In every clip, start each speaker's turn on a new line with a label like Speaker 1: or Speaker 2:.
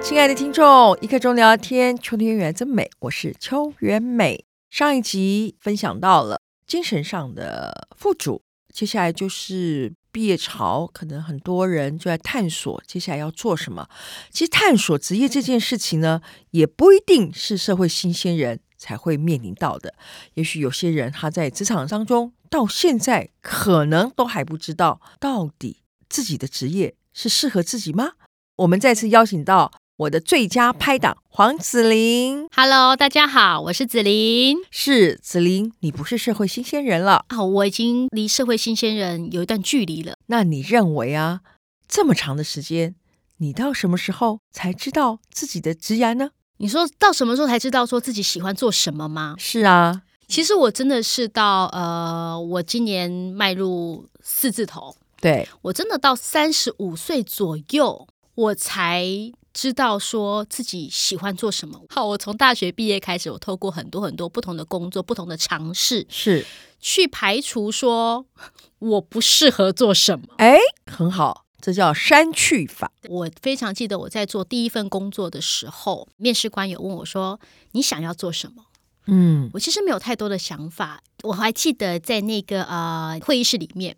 Speaker 1: 亲爱的听众，一刻钟聊天，秋天原来真美，我是秋元美。上一集分享到了精神上的富足，接下来就是毕业潮，可能很多人就在探索接下来要做什么。其实探索职业这件事情呢，也不一定是社会新鲜人才会面临到的。也许有些人他在职场当中到现在可能都还不知道到底自己的职业是适合自己吗？我们再次邀请到我的最佳拍档黄子玲，
Speaker 2: Hello，大家好，我是子琳
Speaker 1: 是子玲，你不是社会新鲜人了，
Speaker 2: 啊，我已经离社会新鲜人有一段距离了。
Speaker 1: 那你认为啊，这么长的时间，你到什么时候才知道自己的职涯呢？
Speaker 2: 你说到什么时候才知道说自己喜欢做什么吗？
Speaker 1: 是啊，
Speaker 2: 其实我真的是到呃，我今年迈入四字头，
Speaker 1: 对，
Speaker 2: 我真的到三十五岁左右，我才知道说自己喜欢做什么。好，我从大学毕业开始，我透过很多很多不同的工作、不同的尝试，
Speaker 1: 是，
Speaker 2: 去排除说我不适合做什么。
Speaker 1: 哎，很好，这叫删去法，
Speaker 2: 我非常记得我在做第一份工作的时候，面试官有问我说：“你想要做什么
Speaker 1: 嗯？”，
Speaker 2: 我其实没有太多的想法。我还记得在那个呃会议室里面，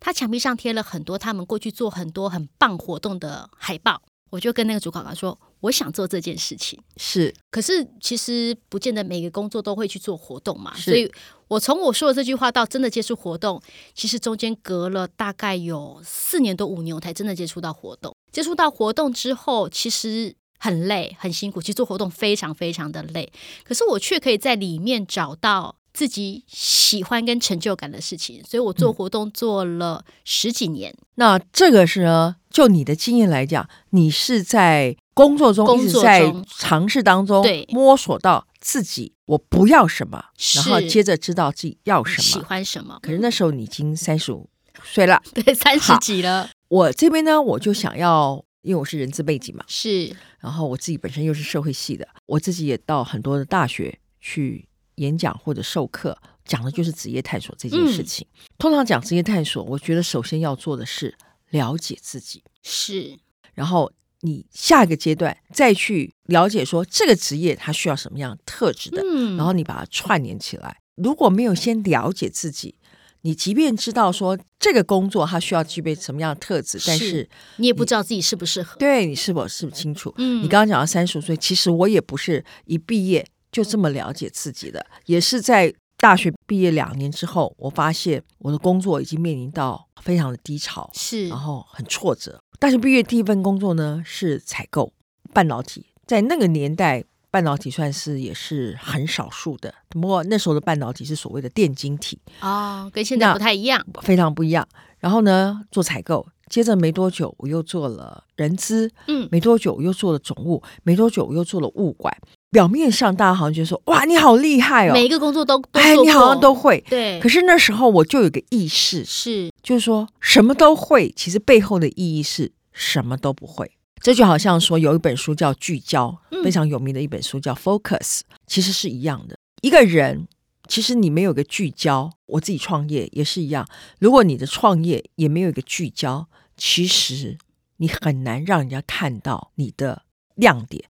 Speaker 2: 他墙壁上贴了很多他们过去做很多很棒活动的海报。我就跟那个主考官说：“我想做这件事情。”
Speaker 1: 是
Speaker 2: 可是其实不见得每个工作都会去做活动嘛，
Speaker 1: 是
Speaker 2: 所以我从我说的这句话到真的接触活动，其实中间隔了大概有四年多五年，我才真的接触到活动。接触到活动之后，其实很累很辛苦，其实做活动非常非常的累，可是我却可以在里面找到。自己喜欢跟成就感的事情，所以我做活动做了十几年，
Speaker 1: 那这个是呢，就你的经验来讲，你是在工作中
Speaker 2: 工
Speaker 1: 一直
Speaker 2: 作
Speaker 1: 在
Speaker 2: 中
Speaker 1: 尝试当中
Speaker 2: 对
Speaker 1: 摸索到自己我不要什么，然后
Speaker 2: 是
Speaker 1: 接着知道自己要什
Speaker 2: 喜
Speaker 1: 么。
Speaker 2: 欢什么？
Speaker 1: 可是那时候你已经三十五岁了，
Speaker 2: 对，三十几了，
Speaker 1: 我这边呢，我就想要，因为我是人资背景嘛，
Speaker 2: 是
Speaker 1: 然后我自己本身又是社会系的，我自己也到很多的大学去演讲或者授课，讲的就是职业探索这件事情。
Speaker 2: 嗯
Speaker 1: 通常讲职业探索，我觉得首先要做的是了解自己，
Speaker 2: 是，
Speaker 1: 然后你下一个阶段再去了解说这个职业它需要什么样的特质的，
Speaker 2: 嗯
Speaker 1: 然后你把它串联起来。如果没有先了解自己，你即便知道说这个工作它需要具备什么样的特质，但
Speaker 2: 是
Speaker 1: 是
Speaker 2: 你也不知道自己适不适合。
Speaker 1: 对你是否是清楚？
Speaker 2: 嗯
Speaker 1: 你刚刚讲到三十岁，其实我也不是一毕业就这么了解自己的，也是在大学毕业两年之后，我发现我的工作已经面临到非常的低潮，
Speaker 2: 是
Speaker 1: 然后很挫折。大学毕业第一份工作呢是采购半导体，在那个年代，半导体算是也是很少数的。不过那时候的半导体是所谓的电晶体，
Speaker 2: 哦，跟现
Speaker 1: 那
Speaker 2: 在不太一样。
Speaker 1: 非常不一样。然后呢，做采购，接着没多久我又做了人资，
Speaker 2: 嗯，
Speaker 1: 没多久我又做了总务，没多久我又做了物管。表面上大家好像觉得说，哇，你好厉害哦，
Speaker 2: 每一个工作都都
Speaker 1: 哎，
Speaker 2: 做
Speaker 1: 你好像
Speaker 2: 过
Speaker 1: 都会。
Speaker 2: 对，
Speaker 1: 可
Speaker 2: 是
Speaker 1: 是那时候我就有一个意识，
Speaker 2: 是
Speaker 1: 就是说什么都会，其实背后的意义是什么都不会。这就好像说有一本书叫《聚焦》，
Speaker 2: 嗯
Speaker 1: 非常有名的一本书叫《Focus》，其实是一样的。一个人其实你没有个聚焦，我自己创业也是一样。如果你的创业也没有一个聚焦，其实你很难让人家看到你的亮点。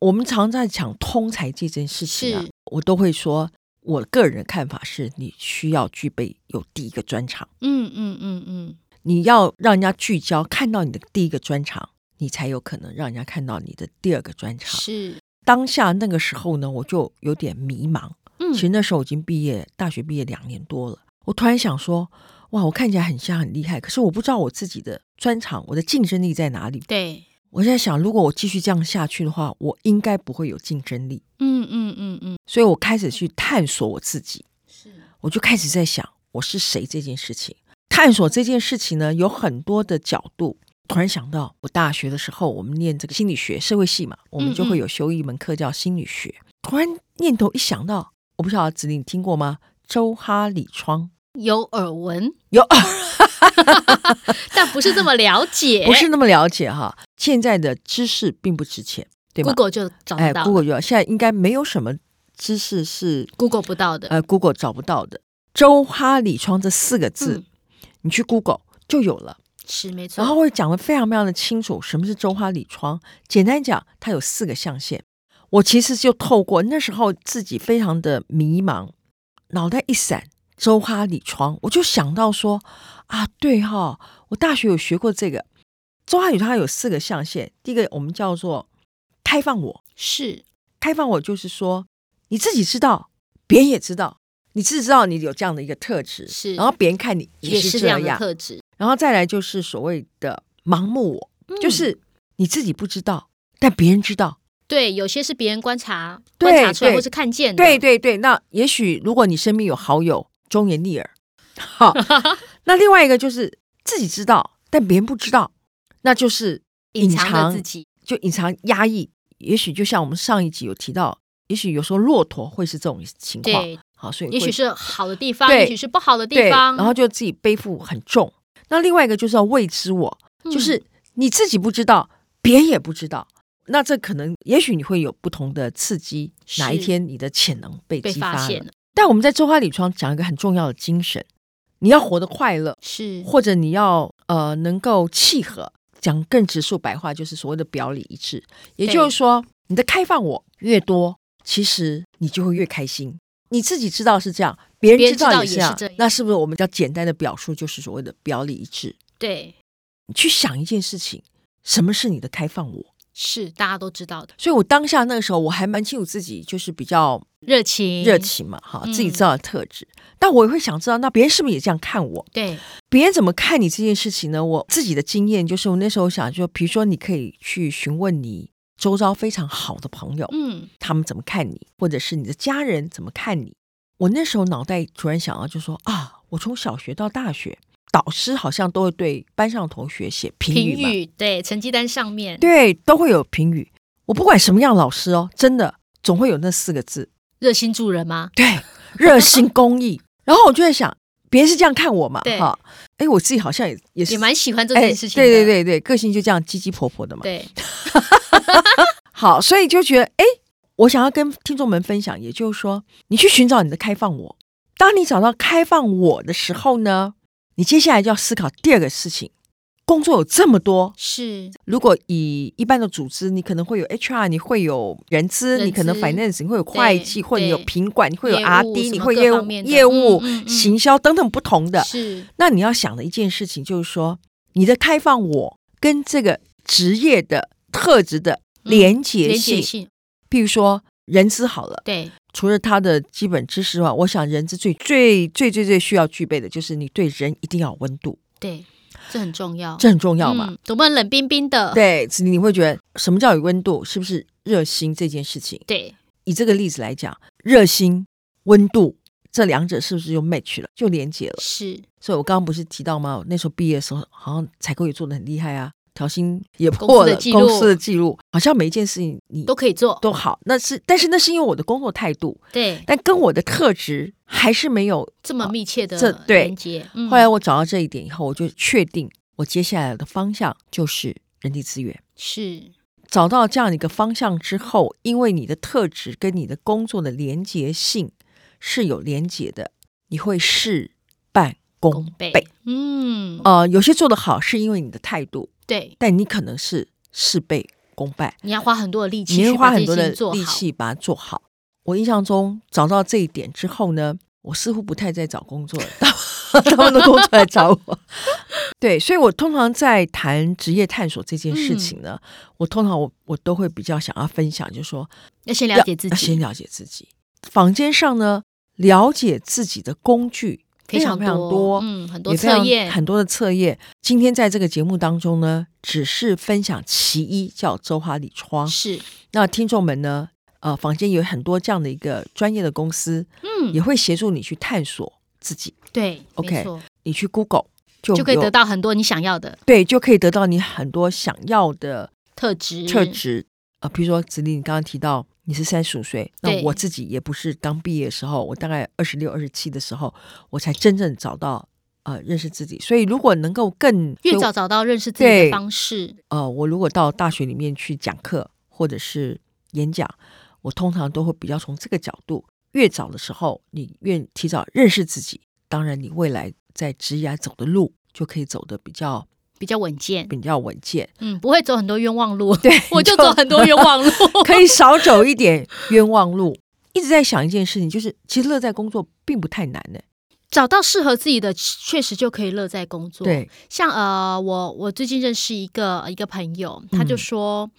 Speaker 1: 我们常在讲通才这件事情啊
Speaker 2: 是，
Speaker 1: 我都会说，我个人的看法是你需要具备有第一个专长。
Speaker 2: 嗯嗯嗯嗯，
Speaker 1: 你要让人家聚焦，看到你的第一个专长，你才有可能让人家看到你的第二个专长。
Speaker 2: 是
Speaker 1: 当下那个时候呢，我就有点迷茫。
Speaker 2: 嗯
Speaker 1: 其实那时候已经毕业，大学毕业两年多了。我突然想说，哇，我看起来很像很厉害，可是我不知道我自己的专长，我的竞争力在哪里。
Speaker 2: 对，
Speaker 1: 我在想，如果我继续这样下去的话，我应该不会有竞争力。
Speaker 2: 嗯嗯嗯嗯
Speaker 1: 所以我开始去探索我自己。
Speaker 2: 是
Speaker 1: 我就开始在想我是谁这件事情。探索这件事情呢，有很多的角度。突然想到，我大学的时候，我们念这个心理学、社会系嘛，我们就
Speaker 2: 嗯
Speaker 1: 会有修一门课叫心理学。突然念头一想到，我不晓得子玲你听过吗？周哈里窗
Speaker 2: 有耳闻，
Speaker 1: 有、
Speaker 2: 但不是这么了解，
Speaker 1: 不是那么了解哈。现在的知识并不值钱，对吗
Speaker 2: Google 就找
Speaker 1: 哎
Speaker 2: 得到
Speaker 1: ，Google 就现在应该没有什么知识是
Speaker 2: ，Google 不到的，
Speaker 1: 呃 Google 找不到的。周哈里窗这四个字，
Speaker 2: 嗯
Speaker 1: 你去 Google 就有了。
Speaker 2: 是没错。
Speaker 1: 然后我讲的非常非常的清楚，什么是周花里窗。简单讲，它有四个象限。我其实就透过那时候自己非常的迷茫，脑袋一闪，周花里窗，我就想到说啊，对哈、我大学有学过这个。周花里窗它有四个象限，第一个我们叫做开放我，
Speaker 2: 是
Speaker 1: 开放我就是说你自己知道，别人也知道，你自己知道你有这样的一个特质，
Speaker 2: 是
Speaker 1: 然后别人看你
Speaker 2: 也
Speaker 1: 是
Speaker 2: 是
Speaker 1: 这
Speaker 2: 这
Speaker 1: 样，
Speaker 2: 样的特质，
Speaker 1: 然后再来就是所谓的盲目我，就
Speaker 2: 嗯
Speaker 1: 是你自己不知道，但别人知道。
Speaker 2: 对，有些是别人观察
Speaker 1: 对
Speaker 2: 观察出来
Speaker 1: 对
Speaker 2: 或是看见的，
Speaker 1: 对对对，那也许如果你身边有好友忠言逆耳， 好，那另外一个就是自己知道，但别人不知道，那就是
Speaker 2: 隐
Speaker 1: 隐
Speaker 2: 藏了
Speaker 1: 藏
Speaker 2: 自己，
Speaker 1: 就隐藏压抑。也许就像我们上一集有提到，也许有时候骆驼会是这种情况，
Speaker 2: 对，
Speaker 1: 好，所以
Speaker 2: 也
Speaker 1: 会
Speaker 2: 许是好的地方，
Speaker 1: 对
Speaker 2: 也许是不好的地
Speaker 1: 对，
Speaker 2: 方，
Speaker 1: 然后就自己背负很重。那另外一个就是要未知我，就
Speaker 2: 嗯
Speaker 1: 是你自己不知道，别人也不知道。那这可能，也许你会有不同的刺激，哪一
Speaker 2: 是
Speaker 1: 天你的潜能被
Speaker 2: 被
Speaker 1: 激发
Speaker 2: 发
Speaker 1: 了。
Speaker 2: 现了，
Speaker 1: 但我们在周花里窗讲一个很重要的精神，你要活得快乐，
Speaker 2: 是
Speaker 1: 或者你要呃能够契合。讲更直述白话，就是所谓的表里一致。也
Speaker 2: 对
Speaker 1: 就是说，你的开放我越多，其实你就会越开心。你自己知道是这样，别人
Speaker 2: 别
Speaker 1: 知
Speaker 2: 人知道
Speaker 1: 道也是
Speaker 2: 也是
Speaker 1: 这样。
Speaker 2: 这样
Speaker 1: 那是不是我们比较简单的表述就是所谓的表里一致？
Speaker 2: 对，
Speaker 1: 你去想一件事情，什么是你的开放我？
Speaker 2: 是大家都知道的，
Speaker 1: 所以我当下那个时候我还蛮清楚自己就是比较
Speaker 2: 热情，
Speaker 1: 热，情嘛，哈，自己
Speaker 2: 嗯
Speaker 1: 知道的特质。但我也会想知道，那别人是不是也这样看我？
Speaker 2: 对，
Speaker 1: 别人怎么看你这件事情呢？我自己的经验就是，我那时候想就，比如说你可以去询问你周遭非常好的朋友，
Speaker 2: 嗯，
Speaker 1: 他们怎么看你，或者是你的家人怎么看你。我那时候脑袋突然想到，就说啊，我从小学到大学，导师好像都会对班上同学写评
Speaker 2: 评
Speaker 1: 语嘛，
Speaker 2: 语，对，成绩单上面，
Speaker 1: 对，都会有评语。我不管什么样的老师哦，真的总会有那四个字，
Speaker 2: 热心助人吗？
Speaker 1: 对，热心公益。然后我就在想，别人是这样看我嘛，
Speaker 2: 对
Speaker 1: 哈，哎，我自己好像也也是
Speaker 2: 也蛮喜欢这
Speaker 1: 哎，
Speaker 2: 件事情的，
Speaker 1: 对对对对，个性就这样鸡鸡婆婆的嘛。
Speaker 2: 对，
Speaker 1: 好，所以就觉得，哎，我想要跟听众们分享，也就是说，你去寻找你的开放我。当你找到开放我的时候呢，你接下来就要思考第二个事情。工作有这么多，
Speaker 2: 是
Speaker 1: 如果以一般的组织，你可能会有 HR，你会有人资，
Speaker 2: 人
Speaker 1: 你可能
Speaker 2: 资
Speaker 1: finance，你会有会计，
Speaker 2: 对
Speaker 1: 或者你有
Speaker 2: 对
Speaker 1: 品管，你会有
Speaker 2: 业务
Speaker 1: RD，
Speaker 2: 什
Speaker 1: 你
Speaker 2: 么
Speaker 1: 会
Speaker 2: 各
Speaker 1: 业
Speaker 2: 方
Speaker 1: 务、
Speaker 2: 面的
Speaker 1: 业务、
Speaker 2: 嗯嗯嗯
Speaker 1: 行销等等不同 的。
Speaker 2: 是，
Speaker 1: 那你要想的一件事情就是说，你的开放我跟这个职业的特质的连结
Speaker 2: 连
Speaker 1: 性，
Speaker 2: 结性，
Speaker 1: 譬如说人资好了，
Speaker 2: 对，
Speaker 1: 除了他的基本知识外，我想人资最最最最最需要具备的就是你对人一定要有温度，
Speaker 2: 对，这很重要，
Speaker 1: 这很重要嘛。
Speaker 2: 嗯？总不能冷冰冰的，
Speaker 1: 对，你会觉得什么叫有温度？是不是热心这件事情？
Speaker 2: 对，
Speaker 1: 以这个例子来讲，热心、温度这两者是不是就 match 了，就连结了？
Speaker 2: 是
Speaker 1: 所以我刚刚不是提到吗？我那时候毕业的时候，好像采购也做的很厉害啊，调薪也
Speaker 2: 公
Speaker 1: 破
Speaker 2: 司的
Speaker 1: 了
Speaker 2: 记录
Speaker 1: 公司的记录，好像每一件事情你
Speaker 2: 都可以做，
Speaker 1: 都好。那是，但是那是因为我的工作态度，
Speaker 2: 对，
Speaker 1: 但跟我的特质还是没有。
Speaker 2: 这么密切的
Speaker 1: 这对
Speaker 2: 连接，嗯
Speaker 1: 后来我找到这一点以后，我就确定我接下来的方向就是人力资源。
Speaker 2: 是
Speaker 1: 找到这样一个方向之后，因为你的特质跟你的工作的连结性是有连结的，你会事半功
Speaker 2: 拱背
Speaker 1: 倍。，
Speaker 2: 嗯，
Speaker 1: 呃，有些做得好是因为你的态度，
Speaker 2: 对，
Speaker 1: 但你可能是事倍功半，
Speaker 2: 你要花很多的力气，
Speaker 1: 你会花很多的
Speaker 2: 做好
Speaker 1: 力，气把它做好。我印象中找到这一点之后呢，我似乎不太在找工作了，他 他们的工作来找我。 对，所以我通常在谈职业探索这件
Speaker 2: 嗯
Speaker 1: 事情呢，我通常我我都会比较想要分享，就是说
Speaker 2: 要先了
Speaker 1: 要
Speaker 2: 解自
Speaker 1: 要啊先
Speaker 2: 己，
Speaker 1: 了解自己。坊间上呢，了解自己的工具非常非常多，
Speaker 2: 嗯，很多
Speaker 1: 也非
Speaker 2: 测
Speaker 1: 常
Speaker 2: 验，
Speaker 1: 很多的测验。今天在这个节目当中呢，只是分享其一，叫周华里窗。
Speaker 2: 是，
Speaker 1: 那听众们呢，呃，坊间有很多这样的一个专业的公司，
Speaker 2: 嗯，
Speaker 1: 也会协助你去探索自己。
Speaker 2: 对
Speaker 1: OK，
Speaker 2: 没错，
Speaker 1: 你去 Google 就
Speaker 2: 就可以
Speaker 1: 有
Speaker 2: 得到很多你想要的
Speaker 1: 对，就可以得到你很多想要的
Speaker 2: 特质，
Speaker 1: 特
Speaker 2: 嗯
Speaker 1: 质。呃，比如说子丽，你刚刚提到你是三十五岁，那
Speaker 2: 对
Speaker 1: 我自己也不是刚毕业的时候，我大概二十六、二十七的时候，我才真正找到呃认识自己。所以如果能够更
Speaker 2: 越
Speaker 1: 所以
Speaker 2: 早找到认识自己
Speaker 1: 对
Speaker 2: 的方式，
Speaker 1: 呃，我如果到大学里面去讲课或者是演讲，我通常都会比较从这个角度。越早的时候，你越提早认识自己，当然你未来在职涯走的路就可以走得比较
Speaker 2: 比较稳健，
Speaker 1: 比较稳健，
Speaker 2: 嗯，不会走很多冤枉路。
Speaker 1: 对
Speaker 2: 我就走很多冤枉路。
Speaker 1: 可以少走一点冤枉路。一直在想一件事情，就是其实乐在工作并不太难呢、
Speaker 2: 找到适合自己的，确实就可以乐在工作。，
Speaker 1: 对，
Speaker 2: 像呃，我我最近认识一个呃一个朋友，他就
Speaker 1: 嗯
Speaker 2: 说、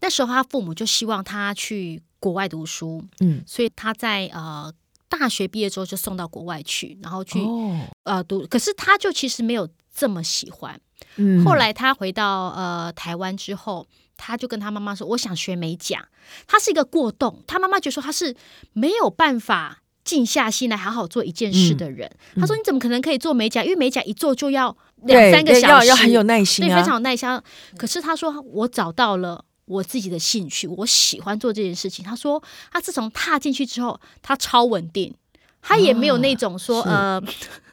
Speaker 2: 那时候他父母就希望他去国外读书，
Speaker 1: 嗯，
Speaker 2: 所以他在呃大学毕业之后就送到国外去，然后去、
Speaker 1: 哦，
Speaker 2: 呃读，可是他就其实没有这么喜欢。
Speaker 1: 嗯
Speaker 2: 后来他回到呃台湾之后，他就跟他妈妈说：“我想学美甲。”他是一个过动，他妈妈就说他是没有办法静下心来好好做一件事的人。
Speaker 1: 嗯
Speaker 2: 他说：“你怎么可能可以做美甲？因为美甲一做就要两
Speaker 1: 对
Speaker 2: 三个
Speaker 1: 对
Speaker 2: 小
Speaker 1: 要
Speaker 2: 时，
Speaker 1: 要很有耐心
Speaker 2: 对，
Speaker 1: 啊，
Speaker 2: 非常有耐心。可是他说我找到了。我自己的兴趣，我喜欢做这件事情。他说，他自从踏进去之后，他超稳定，他也没有那种说、
Speaker 1: 啊
Speaker 2: 呃，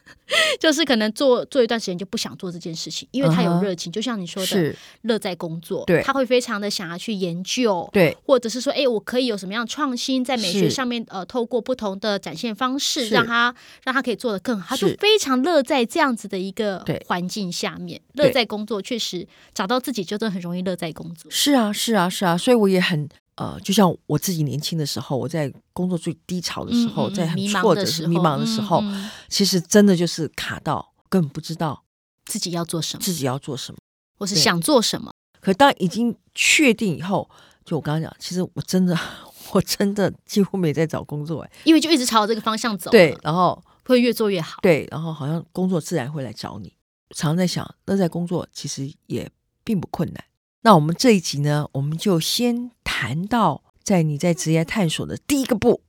Speaker 2: 就是可能做做一段时间就不想做这件事情，因为他
Speaker 1: 嗯
Speaker 2: 有
Speaker 1: 哼
Speaker 2: 热情。就像你说的，
Speaker 1: 是，
Speaker 2: 乐在工作，
Speaker 1: 对
Speaker 2: 他会非常的想要去研究，
Speaker 1: 对，
Speaker 2: 或者是说，哎，我可以有什么样的创新，在美学
Speaker 1: 是
Speaker 2: 上面，呃，透过不同的展现方式，
Speaker 1: 是
Speaker 2: 让他让他可以做得更好，他就是非常乐在这样子的一个
Speaker 1: 对
Speaker 2: 环境下面，
Speaker 1: 对
Speaker 2: 乐在工作，确实找到自己就真的很容易乐在工作。
Speaker 1: 是啊，是啊，是啊，所以我也很呃，就像我自己年轻的时候，我在工作最低潮的时候，
Speaker 2: 嗯嗯
Speaker 1: 在很
Speaker 2: 迷
Speaker 1: 挫
Speaker 2: 茫
Speaker 1: 折
Speaker 2: 的、
Speaker 1: 是
Speaker 2: 时
Speaker 1: 迷茫的
Speaker 2: 嗯
Speaker 1: 时候，
Speaker 2: 嗯
Speaker 1: 其实真的就是卡到，根本不知道
Speaker 2: 自己要做什么，
Speaker 1: 自己要做什么。
Speaker 2: 或是
Speaker 1: 对
Speaker 2: 想做什么，
Speaker 1: 可当已经确定以后，就我刚刚讲，其实我真的， 我真的几乎没在找工作、哎，
Speaker 2: 因为就一直朝这个方向走，
Speaker 1: 对，，然后
Speaker 2: 会越做越好。
Speaker 1: 对，然后好像工作自然会来找你。常在想，乐在工作其实也并不困难。那我们这一集呢，我们就先谈到在你在职业探索的第一个步，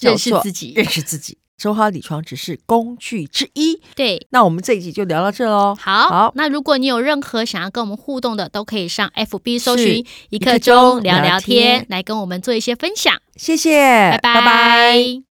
Speaker 2: 认识
Speaker 1: 叫做
Speaker 2: 自己
Speaker 1: 认识自己。周哈里窗只是工具之一。
Speaker 2: 对，
Speaker 1: 那我们这一集就聊到这喽。
Speaker 2: 好，
Speaker 1: 好，
Speaker 2: 那如果你有任何想要跟我们互动的，都可以上 FB 搜寻一
Speaker 1: 刻
Speaker 2: 刻
Speaker 1: 钟
Speaker 2: 钟聊
Speaker 1: 聊
Speaker 2: 聊
Speaker 1: 天哎
Speaker 2: 天，来跟我们做一些分享。
Speaker 1: 谢谢，
Speaker 2: 拜拜。